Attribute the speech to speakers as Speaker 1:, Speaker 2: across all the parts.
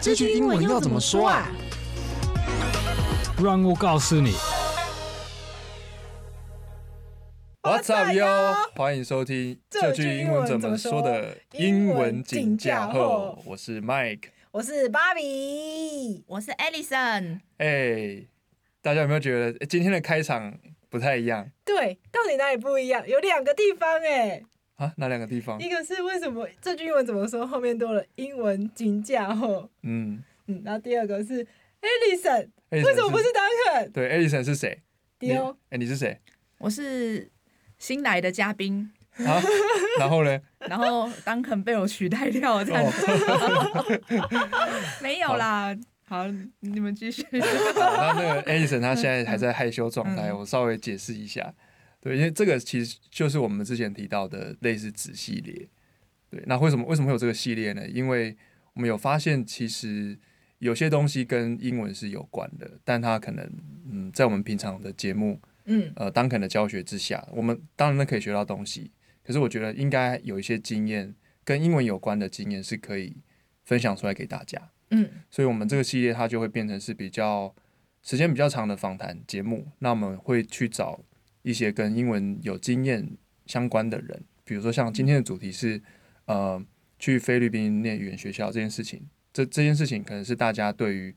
Speaker 1: 这句英文要怎么啊说啊？
Speaker 2: 让我告诉你。
Speaker 3: What's up yo？欢迎收听
Speaker 1: 这
Speaker 3: 这
Speaker 1: 句
Speaker 3: 句
Speaker 1: 英
Speaker 3: 英
Speaker 1: 文
Speaker 3: 文
Speaker 1: 怎
Speaker 3: 怎
Speaker 1: 么
Speaker 3: 么
Speaker 1: 说
Speaker 3: 说
Speaker 1: 的
Speaker 3: 的
Speaker 1: 英
Speaker 3: 英
Speaker 1: 文
Speaker 3: 文
Speaker 1: 警
Speaker 3: 警
Speaker 1: 教
Speaker 3: 教
Speaker 1: 后
Speaker 3: 后，我是 Mike。
Speaker 1: 我是芭比，
Speaker 4: 我是 Alison，
Speaker 3: 哎、大家有没有觉得诶今天的开场不太一样
Speaker 1: 对，到底哪里不一样？有两个地方哎、
Speaker 3: 啊？哪两个地方
Speaker 1: 一？个是为什么这句英文怎么说后面多了英文金价后，
Speaker 3: 嗯，
Speaker 1: 嗯，然后第二个是 Alison，
Speaker 3: 为
Speaker 1: 为什么不是 Duncan？
Speaker 3: 对 a l i s o n 是谁？你哎
Speaker 1: 丢、，
Speaker 3: 你是谁
Speaker 4: 我是新来的嘉宾，
Speaker 3: 啊？然后呢？
Speaker 4: 然后 Duncan 被我取代掉了，这样子、
Speaker 3: 哦，
Speaker 4: 没有啦。好，你们继续。
Speaker 3: 好那那个 a l i s o n 他现在还在害羞状态，
Speaker 4: 嗯
Speaker 3: 我稍微解释一下。对，因为这个其实就是我们之前提到的类似子系列。对，那为什么为什么会有这个系列呢？因为我们有发现，其实有些东西跟英文是有关的，但它可能嗯，在我们平常的节目
Speaker 1: 嗯，
Speaker 3: 呃当肯的教学之下，我们当然可以学到东西，可是我觉得应该有一些经验跟英文有关的经验是可以分享出来给大家。
Speaker 1: 嗯，
Speaker 3: 所以我们这个系列它就会变成是比较时间比较长的访谈节目，那我们会去找一些跟英文有经验相关的人，比如说像今天的主题是呃去菲律宾念语言学校这件事情，这这件事情可能是大家对于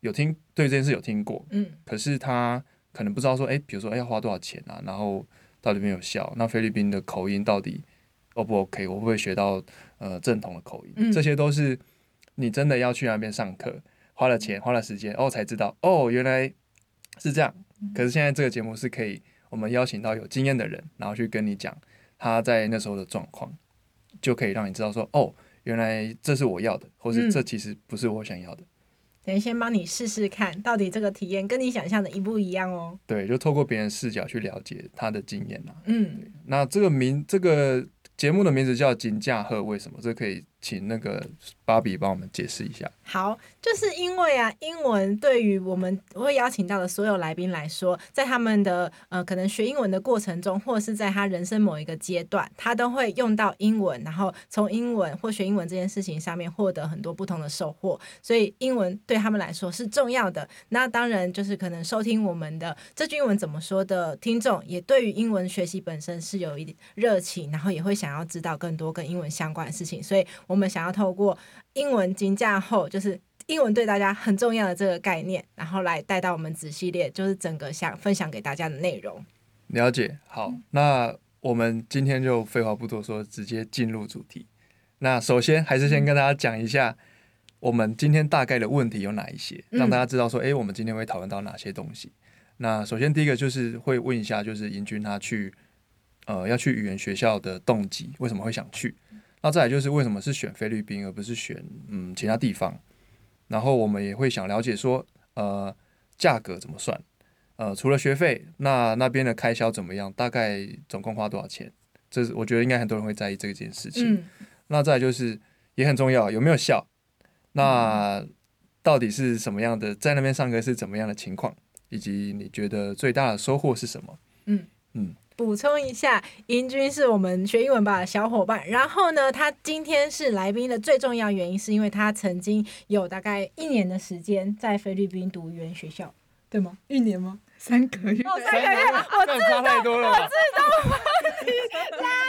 Speaker 3: 有听对这件事有听过，
Speaker 1: 嗯，
Speaker 3: 可是他可能不知道说，哎、比如说，哎、要花多少钱啊？然后到底有没有效？那菲律宾的口音到底 O 不 OK？我会不会学到呃正统的口音？
Speaker 1: 嗯
Speaker 3: 这些都是你真的要去那边上课，花了钱，花了时间，哦，才知道，哦，原来是这样。
Speaker 1: 嗯
Speaker 3: 可是现在这个节目是可以，我们邀请到有经验的人，然后去跟你讲他在那时候的状况，就可以让你知道说，哦，原来这是我要的，或
Speaker 1: 嗯
Speaker 3: 是这其实不是我想要的。
Speaker 1: 等于先帮你试试看，到底这个体验跟你想象的一不一样哦。
Speaker 3: 对，就透过别人视角去了解他的经验啦、啊
Speaker 1: 嗯，
Speaker 3: 那这个名这个节目的名字叫《金驾鹤》，为什么？这可以请那个芭比帮我们解释一下。
Speaker 1: 好，就是因为啊，英文对于我们会邀请到的所有来宾来说，在他们的呃可能学英文的过程中，或是在他人呃生某一个阶段，他都会用到英文，然后从英文或学英文这件事情上面获得很多不同的收获。所以英文对他们来说是重要的。那当然就是可能收听我们的这句英文怎么说的听众，也对于英文学习本身是有一点热情，然后也会想要知道更多跟英文相关的事情。所以我们想要透过英文金价后，就是英文对大家很重要的这个概念，然后来带到我们子系列，就是整个想分享给大家的内容。
Speaker 3: 了解，好，那我们今天就废话不多说，直接进入主题。那首先还是先跟大家讲一下，我们今天大概的问题有哪一些，
Speaker 1: 嗯
Speaker 3: 让大家知道说，诶，我们今天会讨论到哪些东西。那首先第一个就是会问一下，就是银军他去，呃，要去语言学校的动机，为什么会想去？那再来就是为什么是选菲律宾而不是选嗯其他地方？然后我们也会想了解说，呃，价格怎么算？呃，除了学费，那那边的开销怎么样？大概总共花多少钱？这是我觉得应该很多人会在意这件事情。
Speaker 1: 嗯
Speaker 3: 那再来就是也很重要，有没有效？那到底是什么样的？在那边上课是怎么样的情况？以及你觉得最大的收获是什么？
Speaker 1: 嗯
Speaker 3: 嗯，
Speaker 1: 补充一下，银军是我们学英文吧的小伙伴。然后呢，他今天是来宾的最重要原因，是因为他曾经有大概一年的时间在菲律宾读语言学校，对吗？一年吗？
Speaker 4: 三个月，
Speaker 1: 哦，三个月，我
Speaker 3: 但差太多了吧？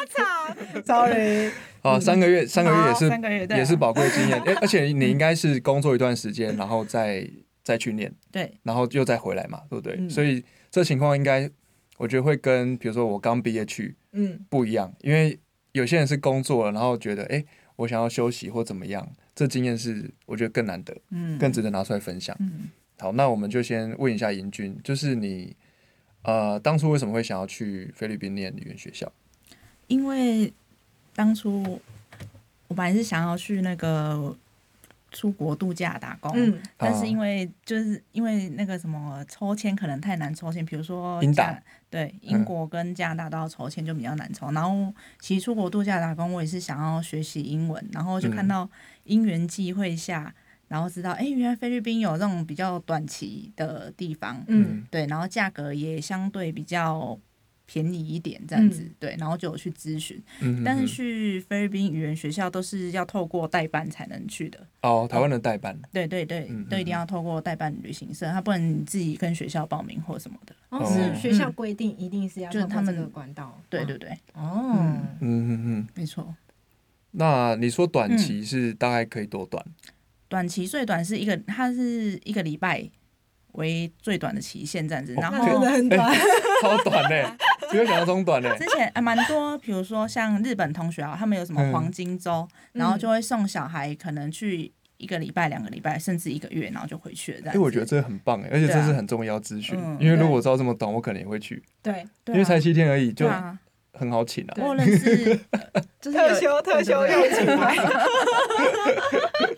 Speaker 1: 操，sorry，
Speaker 3: 啊，三个月，三个月也
Speaker 4: 嗯三
Speaker 3: 是
Speaker 4: 个月对啊
Speaker 3: 也是宝贵 经验。诶而且你应该是工作一段时间，然后再再去念。
Speaker 4: 对，
Speaker 3: 然后又再回来嘛，对不对？
Speaker 4: 嗯
Speaker 3: 所以这情况应该，我觉得会跟比如说我刚毕业去
Speaker 1: 嗯
Speaker 3: 不一样，因为有些人是工作了，然后觉得诶，我想要休息或怎么样，这经验是我觉得更难得，
Speaker 4: 嗯
Speaker 3: 更值得拿出来分享。
Speaker 4: 嗯
Speaker 3: 好，那我们就先问一下银军，就是你呃当初为什么会想要去菲律宾念语言学校？
Speaker 4: 因为当初我本来是想要去那个出国度假打工，
Speaker 1: 嗯
Speaker 4: 但
Speaker 3: 哦
Speaker 4: 是因为就是因为那个什么抽签可能太难抽签，比如说
Speaker 3: 英嗯
Speaker 4: 加
Speaker 3: 打
Speaker 4: 对英国跟加拿大都要抽签，就比较难抽。然后其实出国度假打工，我也是想要学习英文，然后就看
Speaker 3: 嗯
Speaker 4: 到因缘际会下，然后知道哎、诶原来菲律宾有这种比较短期的地方，
Speaker 3: 啊
Speaker 1: 嗯
Speaker 4: 对，然后价格也相对比较便宜一点这样子，对，然后就有去咨询，
Speaker 3: 嗯嗯哼
Speaker 4: 但是
Speaker 3: 哼
Speaker 4: 去菲律宾语言学校都是要透过代办才能去的，
Speaker 3: 哦，台湾的代办，
Speaker 4: 对对对，
Speaker 3: 嗯
Speaker 4: 都一定
Speaker 3: 嗯
Speaker 4: 要透过代办旅行社，他不能自己跟学校报名或什么的，
Speaker 1: 哦，
Speaker 3: 哦
Speaker 1: 是学校规定一定是要
Speaker 4: 就是
Speaker 1: 通过
Speaker 4: 他们
Speaker 1: 这个管道，
Speaker 4: 嗯对对对，
Speaker 1: 哦，
Speaker 3: 嗯哼哼。
Speaker 4: 没错。
Speaker 3: 那你说短期是大概可以多短？
Speaker 4: 嗯短期最短是一个，它是一个礼拜为最短的期限这样子。
Speaker 3: 哦
Speaker 4: 然
Speaker 1: 那真
Speaker 4: 后
Speaker 1: 的很 短，
Speaker 4: 哎
Speaker 3: 超短嘞、比我想象中短 嘞、
Speaker 4: 之前呃还蛮多，比如说像日本同学啊，他们有什么
Speaker 3: 嗯
Speaker 4: 黄金周，然后
Speaker 1: 嗯
Speaker 4: 就会送小孩可能去一个礼拜、两个礼拜，甚至一个月，然后就回去了这样
Speaker 3: 哎、
Speaker 4: 子。
Speaker 3: 我觉得这很棒哎、而且这
Speaker 4: 对啊
Speaker 3: 是很重要资讯、
Speaker 4: 嗯
Speaker 3: 因为如果我知道这么短，我可能也会去，
Speaker 1: 对，
Speaker 4: 对
Speaker 3: 因
Speaker 4: 啊
Speaker 3: 为才七天而已，
Speaker 4: 对
Speaker 3: 就
Speaker 4: 啊，
Speaker 3: 很好请啊。
Speaker 1: 对
Speaker 4: 我有 认识就是有
Speaker 1: 特休特休
Speaker 4: 对
Speaker 1: 又
Speaker 4: 对对
Speaker 1: 请来，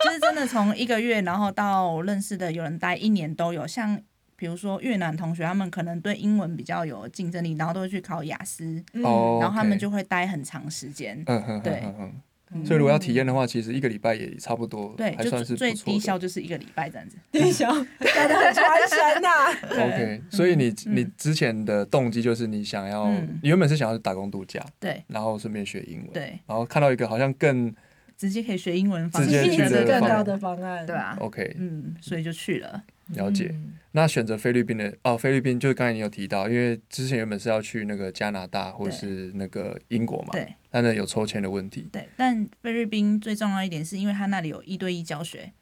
Speaker 4: 就是真的从一个月，然后到认识的有人待一年都有，像。比如说越南同学，他们可能对英文比较有竞争力，然后都会去考雅思，
Speaker 1: 嗯
Speaker 3: 哦，
Speaker 4: 嗯然后他
Speaker 3: OK
Speaker 4: 们就会待很长时间。
Speaker 3: 嗯哼
Speaker 4: 对
Speaker 3: 哼哼
Speaker 1: 嗯
Speaker 3: 哼。所以如果要体验的话，其实一个礼拜也差不多，
Speaker 4: 对，
Speaker 3: 还算是
Speaker 4: 就最
Speaker 3: 不
Speaker 4: 低
Speaker 3: 错
Speaker 4: 消
Speaker 3: 的。
Speaker 4: 就是一个礼拜这样子。
Speaker 1: 低消，真的 很传神呐，
Speaker 3: OK，所以你
Speaker 4: 嗯
Speaker 3: 你之前的动机就是你想要，
Speaker 4: 嗯
Speaker 3: 你原本是想要去打工度假，
Speaker 4: 对
Speaker 3: 然后顺便学英文，
Speaker 4: 对，
Speaker 3: 然后看到一个好像更
Speaker 4: 直接可以学英文 方
Speaker 3: 直
Speaker 4: 式，
Speaker 3: 接
Speaker 1: 一
Speaker 3: 去
Speaker 1: 直
Speaker 3: 这
Speaker 1: 更
Speaker 3: 个
Speaker 1: 高
Speaker 3: 方哦
Speaker 1: 的方案，
Speaker 4: 对啊，
Speaker 3: OK，
Speaker 4: 嗯，所以就去了。
Speaker 3: 了解
Speaker 1: 嗯
Speaker 3: 那选择菲律宾的哦，菲律宾就是刚才你有提到，因为之前原本是要去那个加拿大或
Speaker 4: 对
Speaker 3: 是那个英国嘛，
Speaker 4: 对
Speaker 3: 但是有抽签的问题
Speaker 4: 对，但菲律宾最重要一点是因为他那里有一对一教学，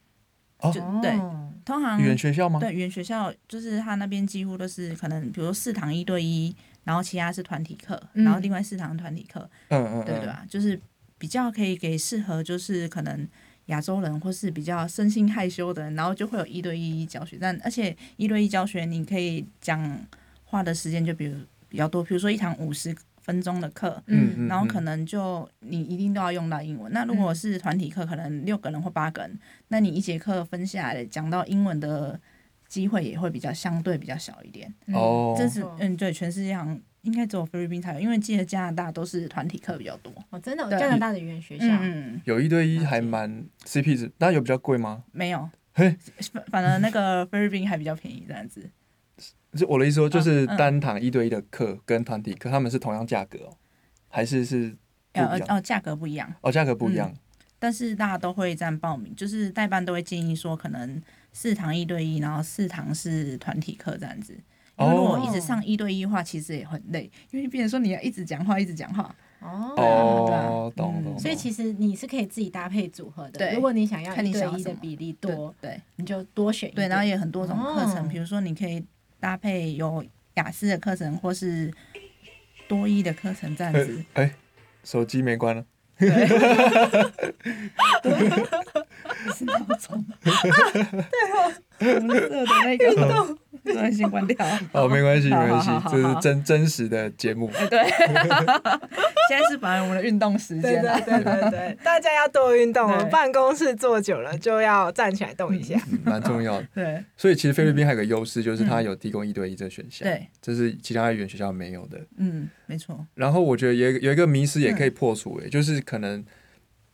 Speaker 3: 哦
Speaker 4: 就对，
Speaker 1: 哦
Speaker 4: 通常
Speaker 3: 语言学校吗？
Speaker 4: 嗯对语言学校就是他那边几乎都是可能，比如说四堂一对一，然后其他是团体课，
Speaker 1: 嗯
Speaker 4: 然后另外四堂团体课，
Speaker 3: 嗯嗯，嗯
Speaker 4: 对对吧？就是比较可以给适合就是可能。亚洲人或是比较生性害羞的人，然后就会有一对一教学，但而且一对一教学你可以讲话的时间就比如比较多，比如说一堂五十分钟的课，
Speaker 3: 嗯嗯，
Speaker 4: 然后可
Speaker 3: 嗯
Speaker 4: 能就你一定都要用到英文。那如果是团体课，可能六个人或八个人，那你一节课分下来讲到英文的机会也会比较相对比较小一点。
Speaker 1: 嗯
Speaker 3: 哦，
Speaker 4: 这是
Speaker 1: 哦
Speaker 4: 嗯，对，全世界好像应该只有菲律宾才有，因为记得加拿大都是团体课比较多。
Speaker 1: 哦，真的哦，
Speaker 4: 对
Speaker 1: 加拿大的语言学校，
Speaker 4: 嗯嗯，
Speaker 3: 有一对一
Speaker 1: 了解
Speaker 3: 还蛮 CP 值，那有比较贵吗？
Speaker 4: 没有
Speaker 3: 嘿，
Speaker 4: 反反而那个菲律宾还比较便宜这样子。
Speaker 3: 就我的意思说，就是
Speaker 4: 嗯嗯
Speaker 3: 单堂一对一的课跟团体课，他们是同样价格哦，还是是不一
Speaker 4: 呃呃嗯
Speaker 3: 样？
Speaker 4: 哦，价格不一样，
Speaker 3: 哦，价格不一样。
Speaker 4: 但是大家都会这样报名，就是代办都会建议说，可能四堂一对一，然后四堂是团体课这样子。因为如果
Speaker 3: 哦
Speaker 4: 一直上一对一的话，其实也很累，因为变成说你要一直讲话，一直讲话，
Speaker 1: 哦
Speaker 4: 对啊对啊
Speaker 3: 哦，懂
Speaker 4: 嗯
Speaker 3: 懂。
Speaker 1: 所以
Speaker 3: 懂
Speaker 1: 其实你是可以自己搭配组合的，
Speaker 4: 对
Speaker 1: 如果你想要
Speaker 4: 看
Speaker 1: 一
Speaker 4: 你想要
Speaker 1: 对一
Speaker 4: 什
Speaker 1: 的
Speaker 4: 么
Speaker 1: 比例
Speaker 4: 对
Speaker 1: 多，
Speaker 4: 对
Speaker 1: 你就多选一
Speaker 4: 对，
Speaker 1: 点
Speaker 4: 然后也有很多种课
Speaker 1: 哦
Speaker 4: 程，比如说你可以搭配有雅思的课程，或是多一的课程这样子。
Speaker 3: 哎、哎手机没关了。
Speaker 4: 对，是闹钟，对哦，红色的那个， 东西关掉。
Speaker 3: 哦，没关系，没
Speaker 4: 好
Speaker 3: 关系
Speaker 4: 好好，
Speaker 3: 这
Speaker 4: 好
Speaker 3: 是
Speaker 4: 好
Speaker 3: 真真实的节目。
Speaker 4: 对，现在是反而我们的运动时
Speaker 1: 对
Speaker 4: 间了
Speaker 1: 对。对对对， 大家要多运动哦，
Speaker 4: 对
Speaker 1: 办公室坐久了就要站起来动一下。
Speaker 3: 嗯蛮重要的。
Speaker 4: 对
Speaker 3: 所以其实菲律宾还有个优势，就是它有提供一对一这个选项，
Speaker 4: 嗯对，
Speaker 3: 这是其他语言学校没有的。
Speaker 4: 嗯，没错，
Speaker 3: 然后我觉得也有一个迷失也可以破除、
Speaker 4: 嗯
Speaker 3: 欸，就是可能，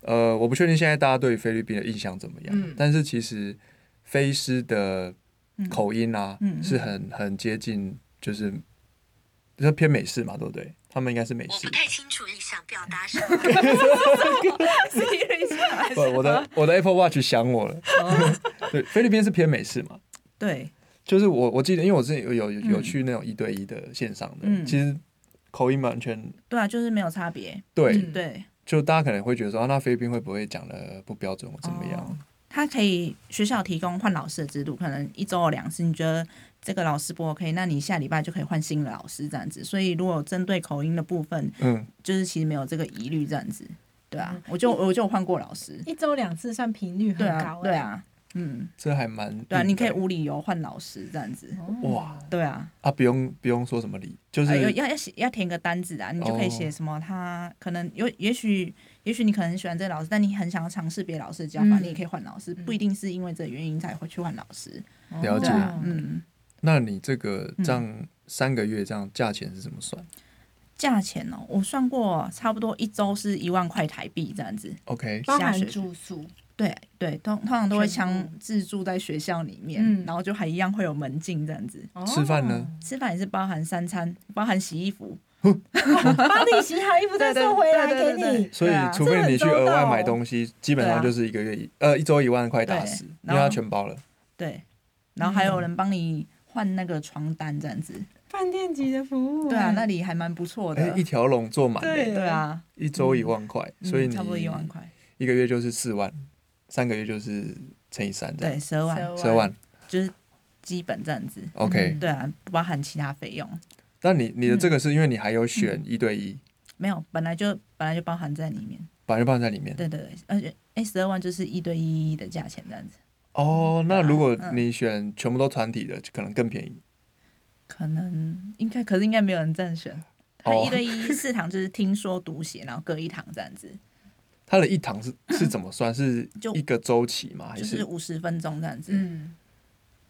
Speaker 3: 呃，我不确定现在大家对菲律宾的印象怎么样，
Speaker 1: 嗯
Speaker 3: 但是其实菲师的
Speaker 4: 嗯
Speaker 3: 口音啊，
Speaker 4: 嗯嗯
Speaker 3: 是很很接近，就是就是偏美式嘛，对不对？他们应该是美
Speaker 2: 我
Speaker 3: 式
Speaker 2: 不。太清楚你想表达什么。
Speaker 3: 不，我的我的 Apple Watch 想我了。
Speaker 4: 哦
Speaker 3: 对，菲律宾是偏美式嘛，
Speaker 4: 对，
Speaker 3: 就是我我记得，因为我之前有有有有
Speaker 4: 嗯
Speaker 3: 去那种一对一的线上的，
Speaker 4: 嗯
Speaker 3: 其实口音完全
Speaker 4: 对啊，就是没有差别。
Speaker 3: 对，
Speaker 1: 嗯
Speaker 4: 对，
Speaker 3: 就大家可能会觉得说，啊、那菲律宾会不会讲的不标准或怎么样？
Speaker 4: 哦他可以学校提供换老师的制度，可能一周有两次，你觉得这个老师不 OK，那你下礼拜就可以换新的老师这样子。所以如果针对口音的部分，
Speaker 3: 嗯，
Speaker 4: 就是其实没有这个疑虑这样子，对啊，我就我就换过老师，
Speaker 1: 一周两次算频率很
Speaker 4: 对啊
Speaker 1: 高，，欸
Speaker 4: 对，啊，嗯，
Speaker 3: 这还蛮硬的
Speaker 4: 对啊，你可以无理由换老师这样
Speaker 1: 嗯
Speaker 4: 子，
Speaker 1: 哦
Speaker 3: 哇
Speaker 4: 对啊，
Speaker 3: 啊，不用不用说什么理，就是、
Speaker 4: 呃、有要要写要填个单子啊，你就可以写什么他、可能有也许也许你可能很喜欢这个老师，但你很想要尝试别的老师的教法，
Speaker 1: 嗯
Speaker 4: 你也可以换老师，不一定是因为这个原因才会去换老师，
Speaker 3: 了解
Speaker 4: 对啊，
Speaker 1: 嗯，
Speaker 4: 嗯，
Speaker 3: 那你这个这样三个月这样价钱是怎么算
Speaker 4: 嗯价钱哦，我算过差不多一周是一万块台币这样子，
Speaker 3: ？OK，
Speaker 1: 包含住宿，
Speaker 4: 对对，通通常都会
Speaker 1: 全部
Speaker 4: 强制住在学校里面，
Speaker 1: 嗯
Speaker 4: 然后就还一样会有门禁这样子。
Speaker 1: 哦
Speaker 3: 吃饭呢？
Speaker 4: 吃饭也是包含三餐，包含洗衣服，
Speaker 1: 帮你洗好衣服再送回来给
Speaker 4: 对对对对
Speaker 1: 你
Speaker 4: 对。
Speaker 3: 所以
Speaker 4: 对啊
Speaker 3: 除非你去
Speaker 1: 这很周
Speaker 3: 额外
Speaker 1: 到
Speaker 3: 买
Speaker 1: 哦
Speaker 3: 东西，基本
Speaker 4: 对
Speaker 3: 上
Speaker 4: 啊
Speaker 3: 就是一个月一呃一周一万块打
Speaker 4: 对
Speaker 3: 死，因
Speaker 4: 然
Speaker 3: 为它
Speaker 4: 后
Speaker 3: 全包了。
Speaker 4: 对，然后还有人帮你换那个床单这样子，
Speaker 1: 饭店级的服务，
Speaker 4: 对啊，那里还蛮不错
Speaker 3: 哎，
Speaker 4: 的
Speaker 3: 一，条龙做满
Speaker 1: 对
Speaker 3: 嘞，
Speaker 4: 啊对啊，
Speaker 3: 一周一万块，
Speaker 4: 嗯
Speaker 3: 所以你
Speaker 4: 差不多一万块，
Speaker 3: 一个月就是四万，三个月就是乘以三这样，
Speaker 4: 对，十二万
Speaker 3: 十二万。
Speaker 4: 就是基本这样子，
Speaker 3: OK，
Speaker 1: 嗯
Speaker 4: 对啊，不包含其他费用，
Speaker 3: 但你你的这个是因为你还有选
Speaker 4: 嗯
Speaker 3: 一对一，
Speaker 4: 没有，本来就本来就包含在里面，
Speaker 3: 把就放在里面。
Speaker 4: 对对对，而且哎，十二万就是一对一的价钱这样子，
Speaker 3: 哦，那如果
Speaker 4: 嗯
Speaker 3: 你选全部都团体的，就可能更便宜。
Speaker 4: 可能应该，可是应该没有人这样选。他
Speaker 3: 哦
Speaker 4: 一对一四堂就是听说读写，然后各一堂这样子，
Speaker 3: 它的一堂 是是怎么算？是
Speaker 4: 就
Speaker 3: 一个周期吗？还
Speaker 4: 就是
Speaker 3: 是
Speaker 4: 五十分钟这样子。
Speaker 1: 嗯，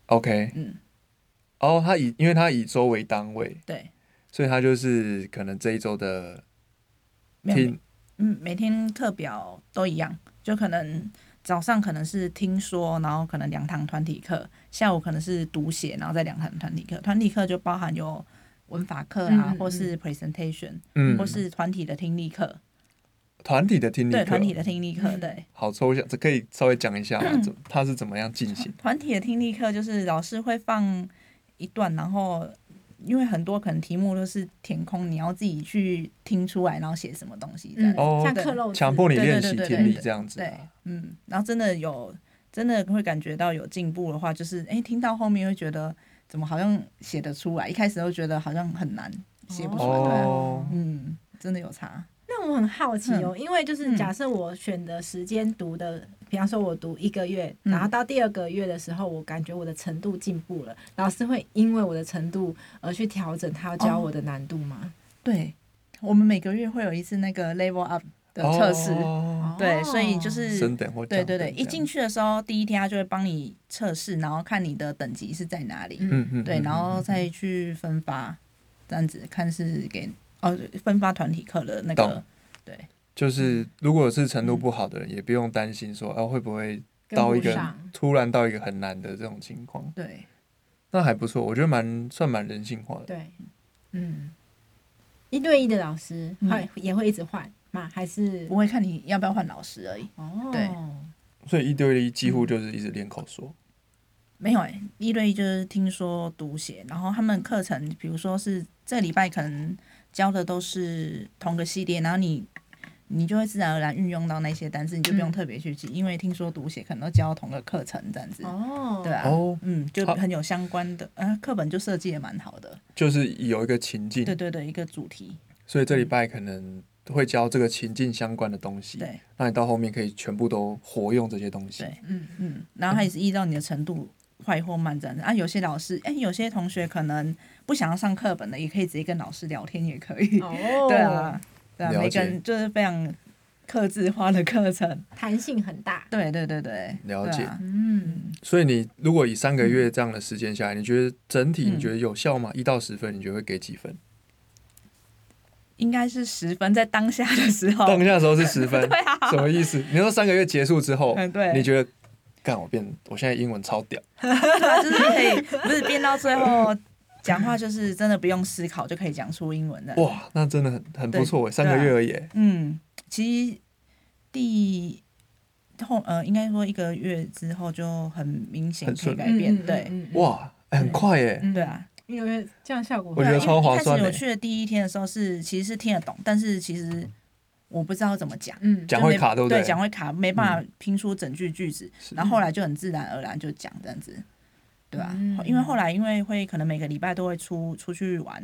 Speaker 3: OK？
Speaker 4: 嗯
Speaker 3: 哦，它以因为它以周为单位，
Speaker 4: 对，
Speaker 3: 所以它就是可能这一周的
Speaker 4: 没有
Speaker 3: 听
Speaker 4: 嗯，每天课表都一样，就可能早上可能是听说，然后可能两堂团体课，下午可能是读写，然后再两堂团体课。团体课就包含有文法课啊，
Speaker 1: 嗯嗯
Speaker 4: 或是 presentation，、
Speaker 3: 嗯
Speaker 4: 或是团体的听力课，
Speaker 3: 团体的听力
Speaker 4: 对，
Speaker 3: 课
Speaker 4: 团，体的嗯听力课，
Speaker 1: 嗯
Speaker 4: 对。
Speaker 3: 好抽象，这可以稍微讲一下吗？怎么它是怎么样进行？
Speaker 4: 团体的听力课就是老师会放一段，然后因为很多可能题目都是填空，你要自己去听出来，然后写什么东西这样子。
Speaker 3: 哦
Speaker 1: 像克漏子
Speaker 3: 强迫你
Speaker 4: 对对
Speaker 3: 练习
Speaker 4: 对对
Speaker 3: 听力
Speaker 4: 对
Speaker 3: 这样子啊、
Speaker 4: 对，嗯，然后真的有，真的会感觉到有进步的话，就是哎、诶听到后面会觉得怎么好像写得出来，一开始都觉得好像很难写不出来，对啊
Speaker 3: 哦
Speaker 4: 嗯，真的有差，
Speaker 1: 那我很好奇哦，因为就是假设我选的时间读的，比方说我读一个月，
Speaker 4: 嗯
Speaker 1: 然后到第二个月的时候，我感觉我的程度进步了，老师会因为我的程度而去调整他要教我的难度吗？
Speaker 4: 对。我们每个月会有一次那个 level up 的测试，
Speaker 3: 哦
Speaker 4: 对，所以就是
Speaker 3: 升等或
Speaker 4: 对
Speaker 3: 降
Speaker 4: 对
Speaker 3: 等
Speaker 4: 对，一
Speaker 3: 这样
Speaker 4: 进去的时候，第一天他就会帮你测试，然后看你的等级是在哪里，
Speaker 3: 嗯嗯，
Speaker 4: 对，
Speaker 3: 嗯
Speaker 4: 然后
Speaker 3: 嗯
Speaker 4: 再去分发，这样子看是给哦分发团体课的那
Speaker 3: 懂
Speaker 4: 个，
Speaker 3: 就是如果是程
Speaker 4: 嗯
Speaker 3: 度不好的人，也不用担心说啊会不会
Speaker 1: 跟
Speaker 3: 到
Speaker 1: 不
Speaker 3: 一个
Speaker 1: 上，
Speaker 3: 突然到一个很难的这种情况，
Speaker 4: 对，
Speaker 3: 那还不错，我觉得蛮算蛮人性化的。
Speaker 1: 对，嗯，一对一的老师
Speaker 4: 嗯
Speaker 1: 会也会一直换吗？还是
Speaker 4: 不会看你要不要换老师而已，
Speaker 1: 哦，
Speaker 4: 对
Speaker 3: 所以一对一几
Speaker 4: 嗯
Speaker 3: 乎就是一直练口说，
Speaker 4: 没有哎、一对一就是听说读写，然后他们课程，比如说是这礼拜可能教的都是同个系列，然后你。你就会自然而然运用到那些单词，你就不用
Speaker 1: 嗯
Speaker 4: 特别去记，因为听说读写可能都教同个课程这样子。
Speaker 1: 哦，
Speaker 4: 对啊，
Speaker 3: 哦
Speaker 4: 嗯，就
Speaker 3: 好
Speaker 4: 很有相关的，呃，课本就设计也蛮好的，
Speaker 3: 就是有一个情境
Speaker 4: 对，嗯对对，一个主题，
Speaker 3: 所以这礼拜可能会教这个情境相关的东西，
Speaker 4: 对
Speaker 3: 那你到后面可以全部都活用这些东西。
Speaker 4: 对，
Speaker 1: 嗯，
Speaker 4: 嗯，然后它也是依照你的程度快或慢这样子啊。有些老师，哎，有些同学可能不想要上课本的，也可以直接跟老师聊天，也可以，
Speaker 1: 哦，
Speaker 4: 嗯对啊，，对啊，
Speaker 3: 了
Speaker 4: 每
Speaker 3: 解
Speaker 4: 个人就是非常刻字化的课程，
Speaker 1: 弹性很大，
Speaker 4: 对对对对，
Speaker 3: 了解
Speaker 4: 对啊
Speaker 1: 嗯，
Speaker 3: 所以你如果以三个月这样的时间下来，你觉得整体你
Speaker 4: 嗯
Speaker 3: 觉得有效吗？一、到十分，你觉得会给几分？
Speaker 4: 应该是十分，在当下的时候，
Speaker 3: 当下的时候是十分，
Speaker 4: 哦对啊，
Speaker 3: 什么意思？你说三个月结束之后，
Speaker 4: 嗯对
Speaker 3: 你觉得干我变，我现在英文超屌，
Speaker 4: 他啊就是可以，不是变到最后讲话就是真的不用思考就可以讲出英文的。
Speaker 3: 哇，那真的很很不错耶，欸三个
Speaker 4: 嗯对啊
Speaker 3: 月而已耶，
Speaker 4: 嗯，其实第后呃，应该说一个月之后就很明显
Speaker 3: 很
Speaker 4: 可以
Speaker 3: 顺
Speaker 4: 改变，对，
Speaker 1: 嗯，
Speaker 3: 哇，哎很快耶，
Speaker 1: 嗯
Speaker 4: 对，啊。
Speaker 1: 因为这样效果
Speaker 3: 我觉得
Speaker 4: 对啊
Speaker 3: 超划
Speaker 4: 因为
Speaker 3: 算
Speaker 4: 一开始
Speaker 3: 的
Speaker 4: 我去的第一天的时候是其实是听得懂，但是其实我不知道怎么讲。
Speaker 1: 嗯
Speaker 3: 讲会卡对不
Speaker 4: 就没
Speaker 3: 对嗯
Speaker 4: 对？讲会卡，没办法拼出整句句子。
Speaker 3: 是
Speaker 4: 然后后来就很自然而然就讲这样子，对吧、
Speaker 1: 嗯
Speaker 4: 因为后来因为会可能每个礼拜都会出出去玩，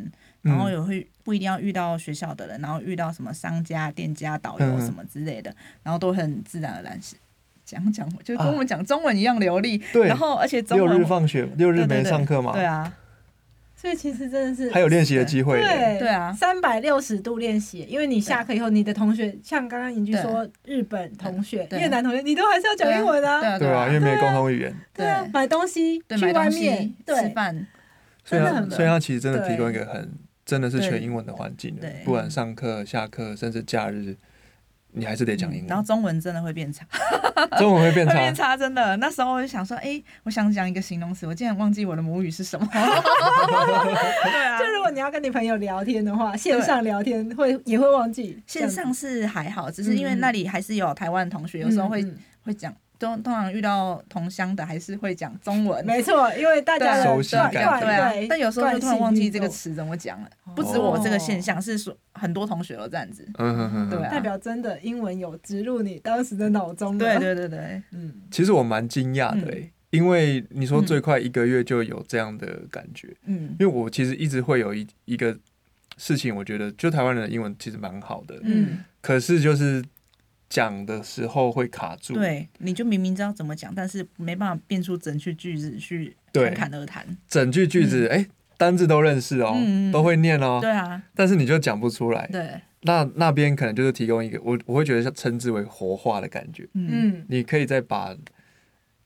Speaker 3: 嗯
Speaker 4: 然后也会不一定要遇到学校的人，然后遇到什么商家、店家、导游
Speaker 3: 嗯
Speaker 4: 什么之类的，然后都很自然而然是讲讲，就跟我们讲中文一样流利。
Speaker 3: 啊嗯对
Speaker 4: 然后而且中
Speaker 3: 六
Speaker 4: 文
Speaker 3: 日放学，六日
Speaker 4: 对对
Speaker 3: 没
Speaker 4: 对
Speaker 3: 上课嘛，
Speaker 4: 对啊，
Speaker 1: 所以其实真的是
Speaker 3: 还有练习的机会耶，
Speaker 1: 对
Speaker 4: 对啊
Speaker 1: 三百六十度练习，因为你下课以后，你的同学像刚刚尹俊说，日本同学、
Speaker 4: 对
Speaker 1: 越南同学，你都还是要讲英文
Speaker 4: 对
Speaker 1: 啊。
Speaker 4: 啊，
Speaker 3: 对啊，因为
Speaker 4: 啊，
Speaker 3: 没有共同语言，
Speaker 1: 对啊，买东西
Speaker 4: 对，
Speaker 1: 去
Speaker 4: 买
Speaker 1: 外
Speaker 4: 东
Speaker 1: 面
Speaker 4: 西、，吃
Speaker 1: 对，
Speaker 4: 饭，
Speaker 3: 所以
Speaker 1: 真的
Speaker 3: 它
Speaker 1: 很棒
Speaker 3: 所以它其实真的提供一
Speaker 1: 对
Speaker 3: 个很真的是全
Speaker 4: 对
Speaker 3: 英文的环境了
Speaker 4: 对，
Speaker 3: 不管上课、下课，甚至假日，你还是得讲英
Speaker 4: 嗯然后
Speaker 3: 文，
Speaker 4: 中文真的会变差，
Speaker 3: 中文会变
Speaker 4: 会变
Speaker 3: 差。
Speaker 4: 差，真的。那时候我就想说，哎、我想讲一个形容词，我竟然忘记我的母语是什么。 对啊
Speaker 1: 就，如果你要跟你朋友聊天的话，线
Speaker 4: 对
Speaker 1: 上聊天会也会忘记这
Speaker 4: 线
Speaker 1: 样子。
Speaker 4: 上是还好，只是因为
Speaker 1: 嗯嗯
Speaker 4: 那里还是有台湾的同学，有时候会、
Speaker 1: 嗯嗯
Speaker 4: 会讲，都通常遇到同乡的还是会讲中文。
Speaker 1: 嗯没错，因为大家的
Speaker 4: 对
Speaker 3: 熟悉感
Speaker 1: 对
Speaker 3: 觉
Speaker 4: 对哦啊，但有时候就突然忘记这个，词怎么讲了。不止我这个现象，是说很多同学都这样子。
Speaker 3: 嗯哼哼，
Speaker 4: 对
Speaker 3: 哼
Speaker 4: 啊
Speaker 1: 哦代表真的英文有植入你当时的脑中了。
Speaker 4: 对，对对对，
Speaker 1: 嗯，
Speaker 3: 其实我蛮惊讶
Speaker 4: 嗯
Speaker 3: 的、欸，因为你说最快一个月就有这样的感觉，
Speaker 4: 嗯
Speaker 3: 因为我其实一直会有一一个事情，我觉得就台湾人的英文其实蛮好的，
Speaker 4: 嗯，
Speaker 3: 可是就是讲的时候会卡住。
Speaker 4: 对，你就明明知道怎么讲，但是没办法变出整句句子去
Speaker 3: 对
Speaker 4: 侃侃而谈。
Speaker 3: 整句句子，哎、单字都认识哦，
Speaker 4: 嗯嗯
Speaker 3: 都会念哦，
Speaker 4: 对啊，
Speaker 3: 但是你就讲不出来。
Speaker 4: 对，
Speaker 3: 那那边可能就是提供一个我我会觉得像称之为活化的感觉，
Speaker 4: 嗯
Speaker 1: 嗯，
Speaker 3: 你可以再把。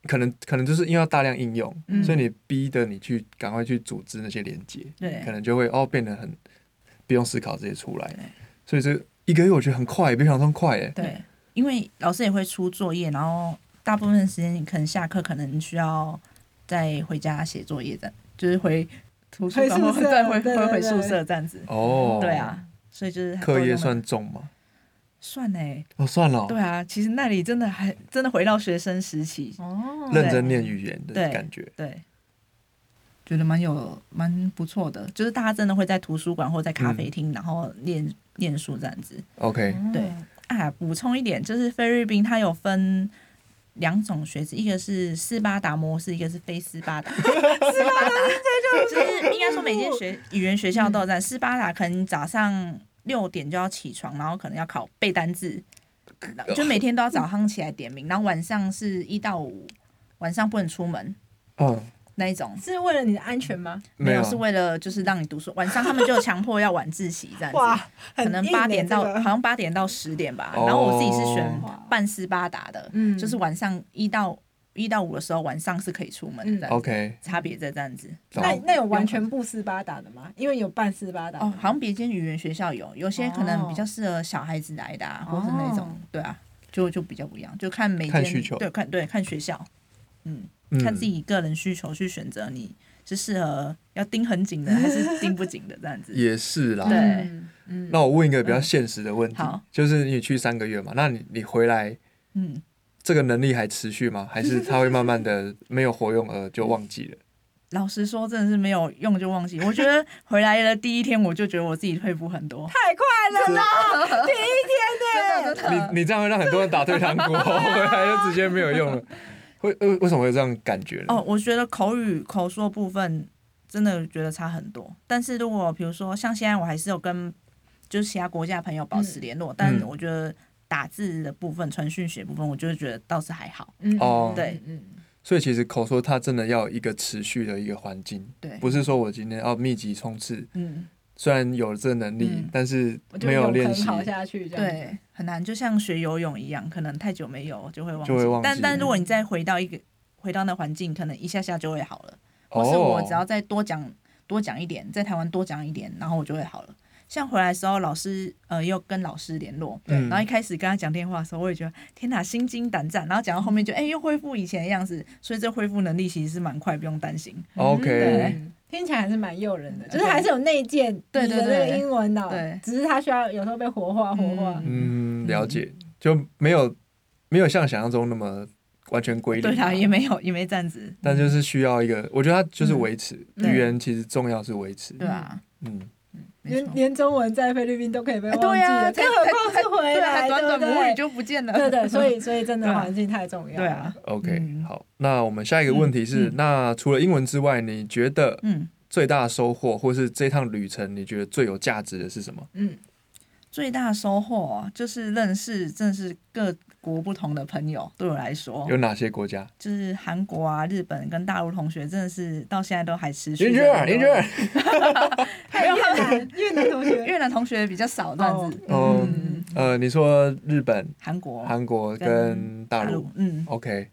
Speaker 3: 可能可能就是因为要大量应用，
Speaker 4: 嗯
Speaker 3: 所以你逼得你去赶快去组织那些连接，可
Speaker 4: 对，
Speaker 3: 能就会哦变得很不用思考直接出
Speaker 4: 对
Speaker 3: 来。所以这一个月我觉得很快，比想象中快哎。
Speaker 4: 对，因为老师也会出作业，然后大部分时间你可能下课，可能需要再回家写作业的，就是回图书
Speaker 1: 回
Speaker 4: 馆
Speaker 1: 宿
Speaker 4: 或
Speaker 1: 舍
Speaker 4: 再回
Speaker 1: 对
Speaker 4: 回
Speaker 1: 对对
Speaker 4: 回宿舍这样子。
Speaker 3: 哦，
Speaker 4: 对，啊，所以就是还
Speaker 3: 课
Speaker 4: 都
Speaker 3: 业
Speaker 4: 用得
Speaker 3: 算重吗？
Speaker 4: 算哎、
Speaker 3: 哦，算了哦、
Speaker 4: 对啊，其实那里真的还真的回到学生时期，
Speaker 1: 哦
Speaker 3: 认真念语言的
Speaker 4: 对
Speaker 3: 感觉。
Speaker 4: 对，觉得蛮有蛮不错的，就是大家真的会在图书馆或在咖
Speaker 3: 嗯
Speaker 4: 啡厅，然后念念书这样子。
Speaker 3: OK，
Speaker 4: 对啊，补充一点，就是菲律宾它有分两种学制，一个是斯巴达模式，一个是非斯巴 达。斯巴达就是应该说每间学语言学校都有在斯巴达，可能早上六点就要起床，然后可能要考背单字，就每天都要早上起来点名，然后晚上是一到五，晚上不能出门
Speaker 3: 嗯，
Speaker 4: 那一种。
Speaker 1: 是为了你的安全吗？
Speaker 4: 没有，啊
Speaker 3: 有，啊
Speaker 4: 是为了就是让你读书。晚上他们就强迫要晚自习这样子。
Speaker 1: 哇，
Speaker 4: 可
Speaker 1: 很
Speaker 4: 能
Speaker 1: 硬
Speaker 4: 八
Speaker 1: 欸
Speaker 4: 点
Speaker 1: 这
Speaker 4: 到，
Speaker 1: 个
Speaker 4: 好像八点到十点吧。
Speaker 3: 哦
Speaker 4: 然后我自己是选半斯巴达的，
Speaker 1: 嗯
Speaker 4: 就是晚上一到一到五的时候，晚上是可以出门
Speaker 1: 嗯
Speaker 4: 的。
Speaker 3: OK，
Speaker 4: 差别在这样子。
Speaker 3: 懂
Speaker 1: 那那有完全不斯巴达的吗？因为有半斯巴达
Speaker 4: 哦，好像别间语言学校有，有些可能比较适合小孩子来的、啊，
Speaker 1: 哦
Speaker 4: 或是那种，对啊，就就比较不一样，就看每间
Speaker 3: 看需求
Speaker 4: 对，看对看学校，嗯，
Speaker 3: 嗯
Speaker 4: 看自己个人需求去选择你是适合要盯很紧的还是盯不紧的这样 子。
Speaker 3: 也是啦。
Speaker 4: 对
Speaker 1: 嗯嗯。
Speaker 3: 那我问一个比较现实的问题
Speaker 4: 嗯好，
Speaker 3: 就是你去三个月嘛，那你你回来
Speaker 4: 嗯，
Speaker 3: 这个能力还持续 吗？还是它会慢慢的没有活用而就忘记了？
Speaker 4: 老实说，真的是没有用就忘记。我觉得回来了第一天，我就觉得我自己退步很多
Speaker 1: 太快了啦！第一天呢，
Speaker 3: 你你这样会让很多人打退堂鼓，回来就直接没有 用了。为为为什么会有这样感觉呢？
Speaker 4: 哦，我觉得口语口说部分真的觉得差很多。但是如果比如说像现在，我还是有跟就是其他国家的朋友保持联络，但我觉得打字的部分、传讯写部分，我就觉得倒是还好。
Speaker 1: 嗯
Speaker 3: 哦
Speaker 4: 对，
Speaker 1: 嗯
Speaker 3: 所以其实口说它真的要有一个持续的一个环境，
Speaker 4: 对，
Speaker 3: 不是说我今天要密集冲刺，
Speaker 4: 嗯，
Speaker 3: 虽然有了这个能力，
Speaker 4: 嗯
Speaker 3: 但是
Speaker 1: 我就
Speaker 3: 没有
Speaker 1: 有
Speaker 3: 练习，
Speaker 1: 考下去这样。，
Speaker 4: 对，很难，就像学游泳一样，可能太久没有就会忘记。
Speaker 3: 就会忘
Speaker 4: 但
Speaker 3: 记
Speaker 4: 但如果你再回到一个回到那环境，可能一下下就会好了。
Speaker 3: 哦
Speaker 4: 或是我只要再多讲多讲一点，在台湾多讲一点，然后我就会好了。像回来的时候，老师呃又跟老师联络，
Speaker 3: 嗯
Speaker 4: 然后一开始跟他讲电话的时候，我也觉得天哪，心惊胆战。然后讲到后面就哎、又恢复以前的样子，所以这恢复能力其实是蛮快，不用担心。
Speaker 3: OK，
Speaker 1: 嗯，听起来还是蛮诱人的，就是还是有内建
Speaker 4: 嗯对
Speaker 1: 你的那
Speaker 4: 对
Speaker 1: 个
Speaker 4: 对
Speaker 1: 英文脑
Speaker 4: 对，
Speaker 1: 只是它需要有时候被活化活化。
Speaker 4: 嗯
Speaker 3: 嗯，了解，就没有没有像想象中那么完全归零，
Speaker 4: 对啊，也，没有也没这样子，
Speaker 3: 嗯但就是需要一个，我觉得它就是维持
Speaker 4: 对
Speaker 3: 语言，其实重要是维持，
Speaker 4: 对啊，
Speaker 3: 嗯，
Speaker 4: 没
Speaker 1: 连
Speaker 4: 错。
Speaker 1: 连中文在菲律宾都可以被
Speaker 4: 哎
Speaker 1: 忘记了，
Speaker 4: 对
Speaker 1: 更
Speaker 4: 啊
Speaker 1: 何况是回
Speaker 4: 对
Speaker 1: 来，
Speaker 4: 啊，短短
Speaker 1: 对不
Speaker 4: 母
Speaker 1: 对
Speaker 4: 语就不见了。
Speaker 1: 对对，所以所以真的
Speaker 4: 对啊
Speaker 1: 环境太重要。
Speaker 4: 对啊，，
Speaker 3: OK，、
Speaker 4: 嗯
Speaker 3: 好，那我们下一个问题是，
Speaker 4: 嗯嗯
Speaker 3: 那除了英文之外，你觉得
Speaker 4: 嗯，
Speaker 3: 最大的收获，或是这趟旅程你觉得最有价值的是什么？
Speaker 1: 嗯，
Speaker 4: 最大收获啊就是认识，正是各国不同的朋友。对我来说，
Speaker 3: 有哪些国家？
Speaker 4: 就是韩国啊、日本跟大陆同学，真的是到现在都还持续着
Speaker 3: 林
Speaker 4: 联
Speaker 3: 俊
Speaker 4: 络。
Speaker 3: 儿，林俊儿，
Speaker 1: 还有越南越南同学，
Speaker 4: 越南同学比较少这样子。
Speaker 3: 哦
Speaker 4: 嗯，
Speaker 3: 呃，你说日本、
Speaker 4: 韩国、
Speaker 3: 韩国跟
Speaker 4: 跟
Speaker 3: 大陆
Speaker 4: 嗯，
Speaker 3: ，OK，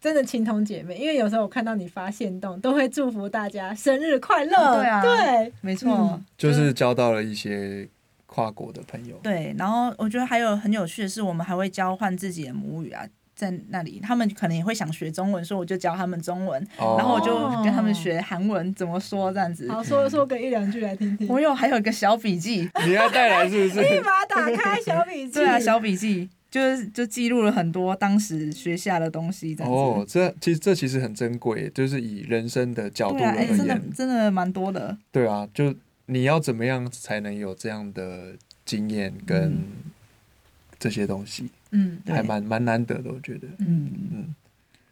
Speaker 1: 真的情同姐妹，因为有时候我看到你发现动，都会祝福大家生日快乐。
Speaker 4: 对啊
Speaker 1: 对，
Speaker 4: 没错
Speaker 1: 嗯，
Speaker 3: 就是交到了一些跨国的朋友。
Speaker 4: 对，然后我觉得还有很有趣的是，我们还会交换自己的母语啊，在那里他们可能也会想学中文，所以我就教他们中文，
Speaker 3: 哦
Speaker 4: 然后我就跟他们学韩文怎么说这样子。
Speaker 1: 好，说说个一两句来听 听。
Speaker 4: 我有还有一个小笔记，
Speaker 3: 你要带来是不 是？
Speaker 1: 立马打开小笔记。
Speaker 4: 对啊，小笔记就是就记录了很多当时学下的东西这样子。
Speaker 3: 哦，这其实这其实很珍贵，就是以人生的角度
Speaker 4: 对啊，
Speaker 3: 而
Speaker 4: 哎、
Speaker 3: 言，
Speaker 4: 真的真的蛮多的。
Speaker 3: 对啊，就你要怎么样才能有这样的经验跟这些东西，
Speaker 1: 嗯，
Speaker 4: 嗯对
Speaker 3: 还蛮蛮难得的，我觉得。
Speaker 4: 嗯
Speaker 3: 嗯，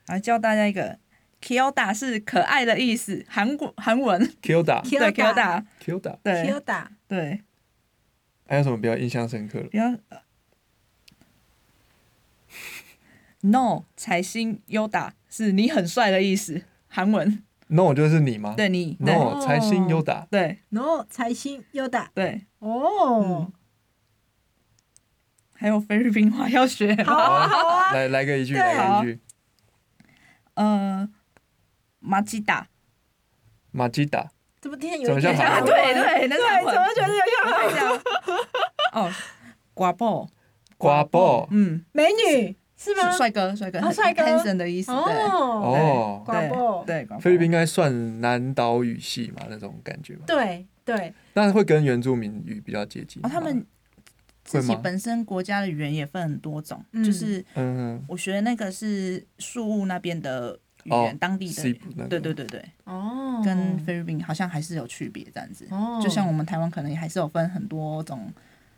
Speaker 4: 来教大家一个 “kyota” 是可爱的意思，韩国韩文
Speaker 3: Kilda
Speaker 4: 对 “kyota”，
Speaker 3: Kilda，
Speaker 4: 对
Speaker 1: Hilda，
Speaker 4: 对，
Speaker 3: 还有什么比较印象深刻的？
Speaker 4: 比较。呃 No，彩星 Yoda 是你很帅的意思，韩文
Speaker 3: No 就是你吗？
Speaker 4: 对你对哦
Speaker 3: ，No 才星优 打
Speaker 4: 对
Speaker 1: 然后财星 Yoda。
Speaker 4: 对，嗯
Speaker 1: 哦，
Speaker 4: 还有菲律宾话要学，
Speaker 1: 好啊好啊，
Speaker 3: 来来个一句，来个一句，
Speaker 4: 呃，马吉达，
Speaker 3: 马吉达，
Speaker 1: 怎么听起来
Speaker 3: 怎
Speaker 1: 有
Speaker 3: 么
Speaker 1: 一
Speaker 3: 像
Speaker 1: 点
Speaker 3: 韩
Speaker 1: 像
Speaker 3: 文
Speaker 4: 对对，那是韩
Speaker 1: 对，
Speaker 4: 文
Speaker 1: 怎么觉得有啊像韩文
Speaker 4: 哦，瓜布，
Speaker 3: 瓜布
Speaker 4: 嗯，
Speaker 1: 美女是吗？
Speaker 4: 帅哥，帅哥，
Speaker 1: 哦帅哥
Speaker 4: handsome 的意思，对，
Speaker 1: 哦，
Speaker 3: 哦，
Speaker 1: 瓜布
Speaker 4: 对，对
Speaker 3: 菲律宾应，该算南岛语系嘛，那种感觉吧。
Speaker 1: 对对，
Speaker 3: 但是会跟原住民语比较接近
Speaker 4: 瓜
Speaker 3: 吗。
Speaker 4: 布哦，他们
Speaker 3: 会
Speaker 4: 自己
Speaker 3: 吗
Speaker 4: 本身国家的语言也分很多种，
Speaker 1: 嗯
Speaker 4: 就是
Speaker 3: 嗯
Speaker 4: 我学的那个是树屋那边的语
Speaker 3: 哦
Speaker 4: 言，当地的
Speaker 3: 西部那个，
Speaker 4: 对对对对，
Speaker 1: 哦，
Speaker 4: 跟菲律宾好像还是有区别这样子，
Speaker 1: 哦，
Speaker 4: 就像我们台湾可能还是有分很多种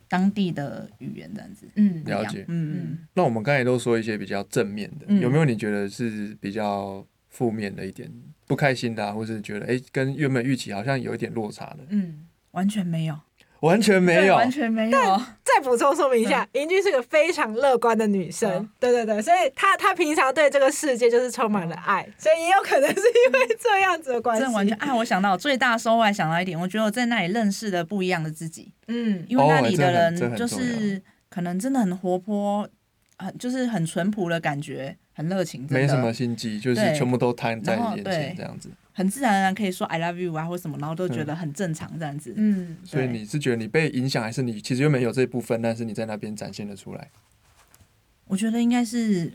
Speaker 4: 当地的语言这样子。
Speaker 1: 嗯
Speaker 3: 了解
Speaker 4: 嗯，
Speaker 3: 那我们刚才都说一些比较正面的，
Speaker 4: 嗯
Speaker 3: 有没有你觉得是比较负面的一点，不开心的、啊，或是觉得哎、诶跟原本预期好像有一点落差的？
Speaker 1: 嗯，
Speaker 4: 完全没有，
Speaker 3: 完全没
Speaker 4: 对
Speaker 3: 有，
Speaker 4: 完全没有。
Speaker 1: 再补充说明一下，银君是个非常乐观的女生
Speaker 4: 嗯，
Speaker 1: 对对对，所以她她平常对这个世界就是充满了爱，所以也有可能是因为这样子的关系，
Speaker 4: 真的完全啊！我想到最大收获，还想到一点，我觉得我在那里认识了不一样的自己，
Speaker 1: 嗯
Speaker 4: 因为那
Speaker 3: 哦
Speaker 4: 里
Speaker 3: 这
Speaker 4: 的
Speaker 3: 很这
Speaker 4: 人
Speaker 3: 很
Speaker 4: 就
Speaker 3: 重要
Speaker 4: 是可能真的很活泼，很就是很淳朴的感觉，很热情，真
Speaker 3: 没
Speaker 4: 的
Speaker 3: 什么心机，就是
Speaker 4: 对
Speaker 3: 全部都摊在
Speaker 4: 然后
Speaker 3: 眼
Speaker 4: 对
Speaker 3: 前这样子。
Speaker 4: 很自然而然可以说 I love you 啊或什么，然后都觉得很正常这样子。
Speaker 1: 嗯，
Speaker 3: 所以
Speaker 4: 对
Speaker 3: 你是觉得你被影响，还是你其实原本有这一部分，但是你在那边展现了出来？
Speaker 4: 我觉得应该是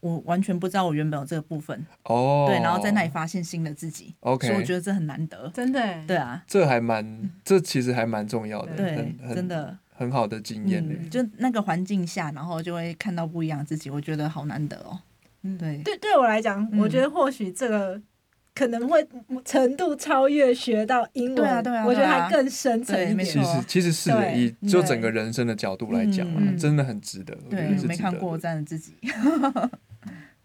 Speaker 4: 我完全不知道我原本有这个部分，
Speaker 3: 哦，
Speaker 4: 对，然后在那里发现新的自己
Speaker 3: OK
Speaker 4: 所以我觉得这很难得。
Speaker 1: 真的，
Speaker 4: 对啊，
Speaker 3: 这还蛮，这其实还蛮重要的，
Speaker 4: 对
Speaker 3: 很，很
Speaker 4: 真的，
Speaker 3: 很好的经验欸呢、
Speaker 4: 嗯，就那个环境下，然后就会看到不一样的自己，我觉得好难得哦。
Speaker 1: 嗯
Speaker 4: 对
Speaker 1: 对，对我来讲，
Speaker 4: 嗯
Speaker 1: 我觉得或许这个可能会程度超越学到英文，
Speaker 4: 对啊对啊
Speaker 1: 我觉得
Speaker 4: 对啊
Speaker 1: 它更深层一
Speaker 4: 对没
Speaker 1: 点
Speaker 4: 错
Speaker 3: 其。实其实是的，
Speaker 1: 对
Speaker 3: 以就整个人生的角度来讲啊
Speaker 4: 嗯，
Speaker 3: 真的很值得，我觉
Speaker 4: 对
Speaker 3: 得，是
Speaker 4: 没
Speaker 3: 值
Speaker 4: 看
Speaker 3: 得
Speaker 4: 过
Speaker 3: 的。
Speaker 4: 这样的自己。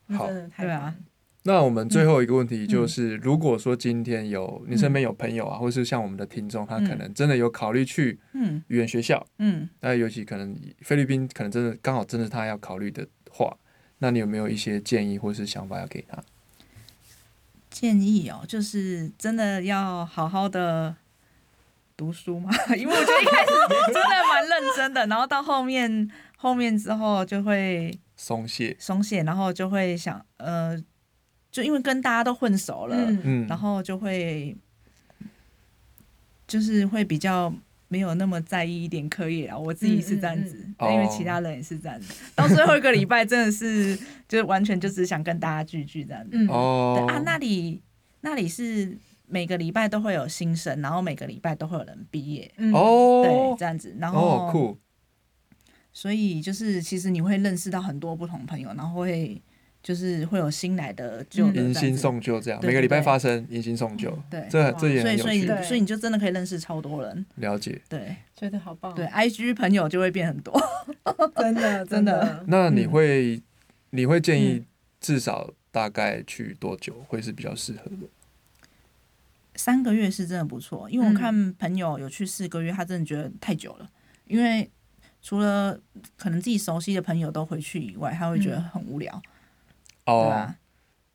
Speaker 1: 那
Speaker 3: 好
Speaker 1: 真的太
Speaker 4: 对啊
Speaker 1: 棒了，
Speaker 3: 那我们最后一个问题
Speaker 4: 嗯
Speaker 3: 就是，如果说今天有你身边有朋友啊，或是像我们的听众，他可能真的有考虑去
Speaker 4: 嗯
Speaker 3: 语言学校，
Speaker 4: 嗯，
Speaker 3: 那尤其可能菲律宾，可能真的刚好真的他要考虑的话，那你有没有一些建议或是想法要给他？
Speaker 4: 建议哦，就是真的要好好的读书嘛， 因为我觉得一 开始真的蛮认真的，然后到后面后面之后就会
Speaker 3: 松懈，
Speaker 4: 松懈，然后就会想呃，就因为跟大家都混熟了，
Speaker 1: 嗯
Speaker 3: 嗯，
Speaker 4: 然后就会就是会比较。没有那么在意一点课业啊，我自己是这样子，
Speaker 3: 嗯嗯
Speaker 4: 因为
Speaker 3: 哦
Speaker 4: 其他人也是这样子。到最后一个礼拜，真的是就是完全就只想跟大家聚聚这样子。
Speaker 1: 嗯，
Speaker 3: 哦
Speaker 4: 对啊，那里那里是每个礼拜都会有新生，然后每个礼拜都会有人毕业，
Speaker 1: 嗯，
Speaker 3: 哦
Speaker 4: 对，这样子，然
Speaker 3: 哦，
Speaker 4: 后
Speaker 3: 酷，
Speaker 4: 所以就是其实你会认识到很多不同朋友，然后会就是会有新来的旧的这样
Speaker 3: 迎
Speaker 4: 子
Speaker 3: 新送旧这样，
Speaker 4: 对
Speaker 3: 每个
Speaker 4: 对
Speaker 3: 礼拜
Speaker 4: 对
Speaker 3: 发生迎新送旧，
Speaker 4: 对。
Speaker 3: 这
Speaker 1: 哇
Speaker 3: 这也
Speaker 4: 所
Speaker 3: 很
Speaker 4: 以，
Speaker 3: 有
Speaker 4: 所以
Speaker 3: 趣，
Speaker 1: 对
Speaker 4: 你，所以你就真的可以认识超多人，
Speaker 3: 了解。
Speaker 4: 对
Speaker 1: 觉得好
Speaker 3: 哦
Speaker 1: 棒，哦
Speaker 4: 对，I G 朋友就会变很多。
Speaker 1: 真的真
Speaker 4: 真的
Speaker 1: 的，嗯
Speaker 3: 那
Speaker 4: 嗯
Speaker 3: 你会、你会建议至少大概去多久会是比较适合的？
Speaker 4: 三个月是真的不错，因为
Speaker 1: 嗯
Speaker 4: 我看朋友有去四个月，他真的觉得太久了，因为除了可能自己熟悉的朋友都回去以外，他会觉得
Speaker 1: 嗯
Speaker 4: 很无聊，对啊
Speaker 3: 哦、
Speaker 4: 吧？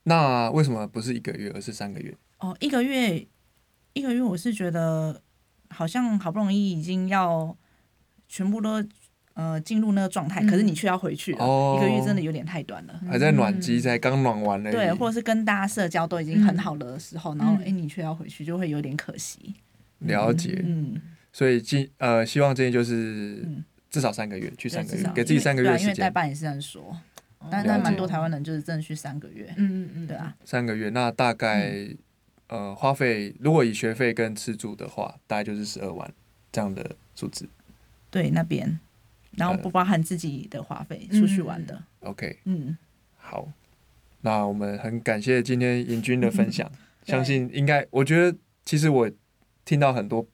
Speaker 3: 那为什么不是一个月，而是三个月？
Speaker 4: 哦，一个月，一个月，我是觉得好像好不容易已经要全部都呃进入那个状态，可是你却要回去了，
Speaker 3: 哦
Speaker 4: 一个月真的有点太短了。
Speaker 3: 还在暖机，才刚暖完而已。
Speaker 4: 嗯对，或者是跟大家社交嗯都已经很好的时候，然后
Speaker 1: 嗯
Speaker 4: 哎、诶你却要回去，就会有点可惜。
Speaker 3: 了解。
Speaker 4: 嗯，
Speaker 3: 所以建呃，希望建议就是
Speaker 4: 嗯
Speaker 3: 至少三个月，去三个
Speaker 4: 对至
Speaker 3: 月
Speaker 4: 少，
Speaker 3: 给自己三个
Speaker 4: 因
Speaker 3: 月
Speaker 4: 为
Speaker 3: 的
Speaker 4: 对啊因
Speaker 3: 时
Speaker 4: 为代
Speaker 3: 间，
Speaker 4: 办也是这样说，但
Speaker 1: 哦
Speaker 3: 了
Speaker 4: 但
Speaker 3: 解
Speaker 4: 蛮多台湾人就是真的去三个月，
Speaker 1: 嗯嗯嗯，
Speaker 4: 对啊，
Speaker 3: 三个月。那大概
Speaker 4: 嗯
Speaker 3: 呃，花费如果以学费跟吃住的话，大概就是十二万这样的数字。
Speaker 4: 对那边，然后
Speaker 3: 呃
Speaker 4: 不包含自己的花费出去玩的，
Speaker 3: OK，
Speaker 4: 嗯，
Speaker 3: 好，那我们很感谢今天银军的分 享，
Speaker 4: 对
Speaker 3: 相信应该，我觉得其实我听到很多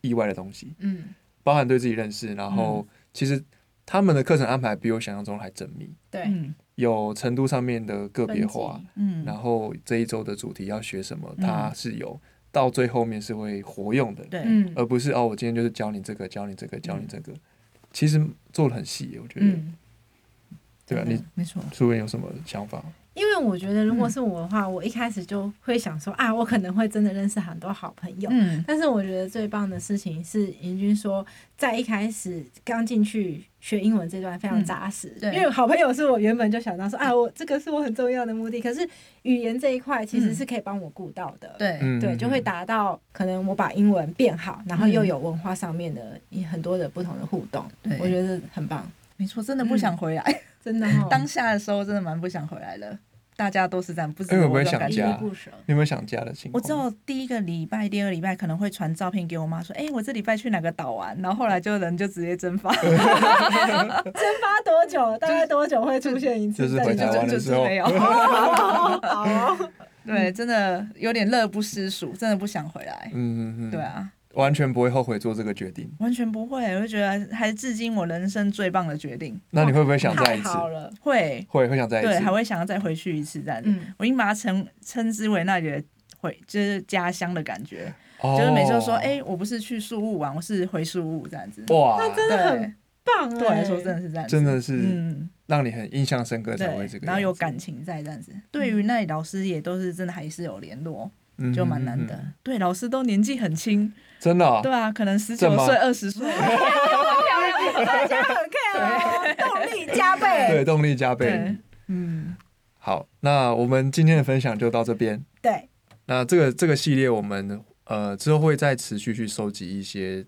Speaker 3: 意外的东西，
Speaker 1: 嗯，
Speaker 3: 包含对自己认识，然后
Speaker 4: 嗯
Speaker 3: 其实他们的课程安排比我想象中还缜密，
Speaker 1: 对，
Speaker 4: 嗯
Speaker 3: 有程度上面的个别啊化
Speaker 1: 分级，
Speaker 4: 嗯，
Speaker 3: 然后这一周的主题要学什么，
Speaker 4: 嗯
Speaker 3: 它是有到最后面是会活用的，
Speaker 4: 对，嗯
Speaker 1: 嗯
Speaker 3: 而不是哦，我今天就是教你这个，教你这个，教你这个，其实做的很细，我觉得，
Speaker 1: 嗯，
Speaker 3: 对啊，
Speaker 4: 真的
Speaker 3: 你
Speaker 4: 没错，
Speaker 3: 苏文有什么想法？
Speaker 1: 因为我觉得如果是我的话，我一开始就会想说啊，我可能会真的认识很多好朋友。
Speaker 4: 嗯
Speaker 1: 但是我觉得最棒的事情是，银军说在一开始刚进去学英文这段非常扎实，
Speaker 4: 嗯对
Speaker 1: 因为好朋友是我原本就想到说啊，我这个是我很重要的目的，可是语言这一块其实是可以帮我顾到的，
Speaker 4: 嗯对，
Speaker 3: 嗯，
Speaker 1: 对，就会
Speaker 3: 打。
Speaker 1: 达到可能我把英文变好，然后又
Speaker 4: 嗯
Speaker 1: 有文化上面的很多的不同的互动，
Speaker 4: 对
Speaker 1: 我觉得很棒，
Speaker 4: 没错，真的不
Speaker 3: 嗯
Speaker 4: 想 回来，
Speaker 1: 真的、哦，
Speaker 4: 当下的时候真的蛮不想回来的，大家都是这样，不止
Speaker 3: 哎
Speaker 4: 我
Speaker 3: 我不会
Speaker 4: 这种
Speaker 3: 想
Speaker 4: 感
Speaker 1: 依
Speaker 4: 觉
Speaker 3: 家
Speaker 1: 依不舍，
Speaker 3: 你有没有想家的情
Speaker 4: 我
Speaker 3: 况？
Speaker 4: 只有第一个礼拜、第二礼拜可能会传照片给我妈，说：“哎、我这礼拜去哪个岛玩。”然后后来就人就直接蒸发，
Speaker 1: 蒸发多久？大概多久会出现一次？
Speaker 3: 就是
Speaker 1: 在
Speaker 3: 回
Speaker 1: 你
Speaker 3: 台
Speaker 1: 这
Speaker 3: 湾
Speaker 4: 就
Speaker 3: 的
Speaker 4: 是
Speaker 3: 时候
Speaker 4: 没 有。
Speaker 1: 好哦，
Speaker 4: 对，真的有点乐不思蜀，真的不想回来。
Speaker 3: 嗯嗯嗯，
Speaker 4: 对，啊，
Speaker 3: 完全不会后悔做这个决定。
Speaker 4: 完全不会，我就觉得还是至今我人生最棒的决定。
Speaker 3: 那你会不会想再
Speaker 1: 太
Speaker 3: 一次？
Speaker 1: 好了，
Speaker 4: 会，
Speaker 3: 会会想再一
Speaker 4: 对，还
Speaker 3: 次。
Speaker 4: 会想要再回去一次这样子。
Speaker 1: 嗯
Speaker 4: 我已经把它称称之为那里的回，就是家乡的感觉。
Speaker 3: 哦
Speaker 4: 就是每次都说：“哎、我不是去宿务玩，我是回宿务这样子。”
Speaker 3: 哇，
Speaker 1: 真的很
Speaker 4: 对，
Speaker 1: 棒哎，
Speaker 4: 对我来说真的是这样子，
Speaker 3: 真的是
Speaker 4: 嗯，
Speaker 3: 让你很印象深刻才会这
Speaker 4: 对，
Speaker 3: 个样子，
Speaker 4: 然后有感情在这样
Speaker 1: 嗯
Speaker 4: 子。对于那里老师也都是真的还是有联络，
Speaker 3: 嗯，
Speaker 4: 就蛮难
Speaker 3: 嗯，嗯嗯
Speaker 4: 得。对，老师都年纪很轻，
Speaker 3: 真的哦。
Speaker 4: 对啊，可能十
Speaker 3: 这
Speaker 4: 九
Speaker 3: 么
Speaker 4: 岁、二十岁，
Speaker 1: 大家很 care 哦，动力加倍。
Speaker 3: 对，动力加倍
Speaker 4: 对。，嗯，
Speaker 3: 好，那我们今天的分享就到这边。
Speaker 1: 对，
Speaker 3: 那这个这个系列，我们呃之后会再持续去收集一些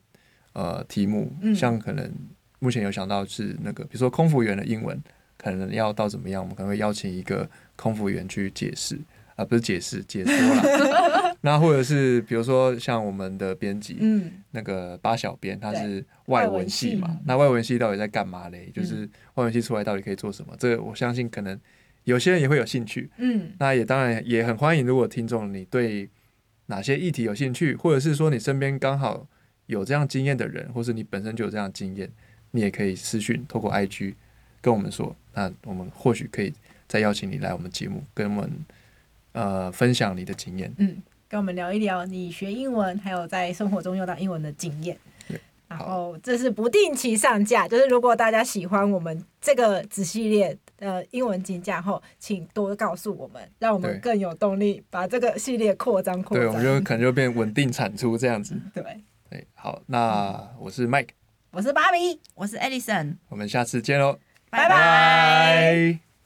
Speaker 3: 呃题目，
Speaker 1: 嗯
Speaker 3: 像可能目前有想到是那个，比如说空服员的英文可能要到怎么样，我们可能会邀请一个空服员去解释啊、不是解释解说啦。那或者是比如说像我们的编辑、
Speaker 1: 嗯，
Speaker 3: 那个八小编，他
Speaker 1: 对
Speaker 3: 是外文系
Speaker 1: 外
Speaker 3: 嘛嗯
Speaker 1: 文系，
Speaker 3: 那外文系到底在干嘛嘞？就是外文系出来到底可以做什么？这个我相信可能有些人也会有兴趣。
Speaker 1: 嗯，
Speaker 3: 那也当然也很欢迎，如果听众你对哪些议题有兴趣，或者是说你身边刚好有这样经验的人，或是你本身就有这样经验，你也可以私讯透过 IG 跟我们说，那我们或许可以再邀请你来我们节目，跟我们呃分享你的经验。
Speaker 1: 跟我们聊一聊你学英文，还有在生活中用到英文的经验
Speaker 3: 对。
Speaker 1: 然
Speaker 3: 好
Speaker 1: 后这是不定期上架，就是如果大家喜欢我们这个子系列呃英文精讲后，请多告诉我们，让我们
Speaker 3: 对
Speaker 1: 更有动力把这个系列扩张扩
Speaker 3: 对，我
Speaker 1: 张
Speaker 3: 们。就可能就变稳定产出这样 子。
Speaker 1: 对，
Speaker 3: 对，哎好，那我是 Mike，
Speaker 1: 我是芭比，
Speaker 4: 我是 Alison，
Speaker 3: 我们下次见喽，
Speaker 1: 拜拜
Speaker 3: 拜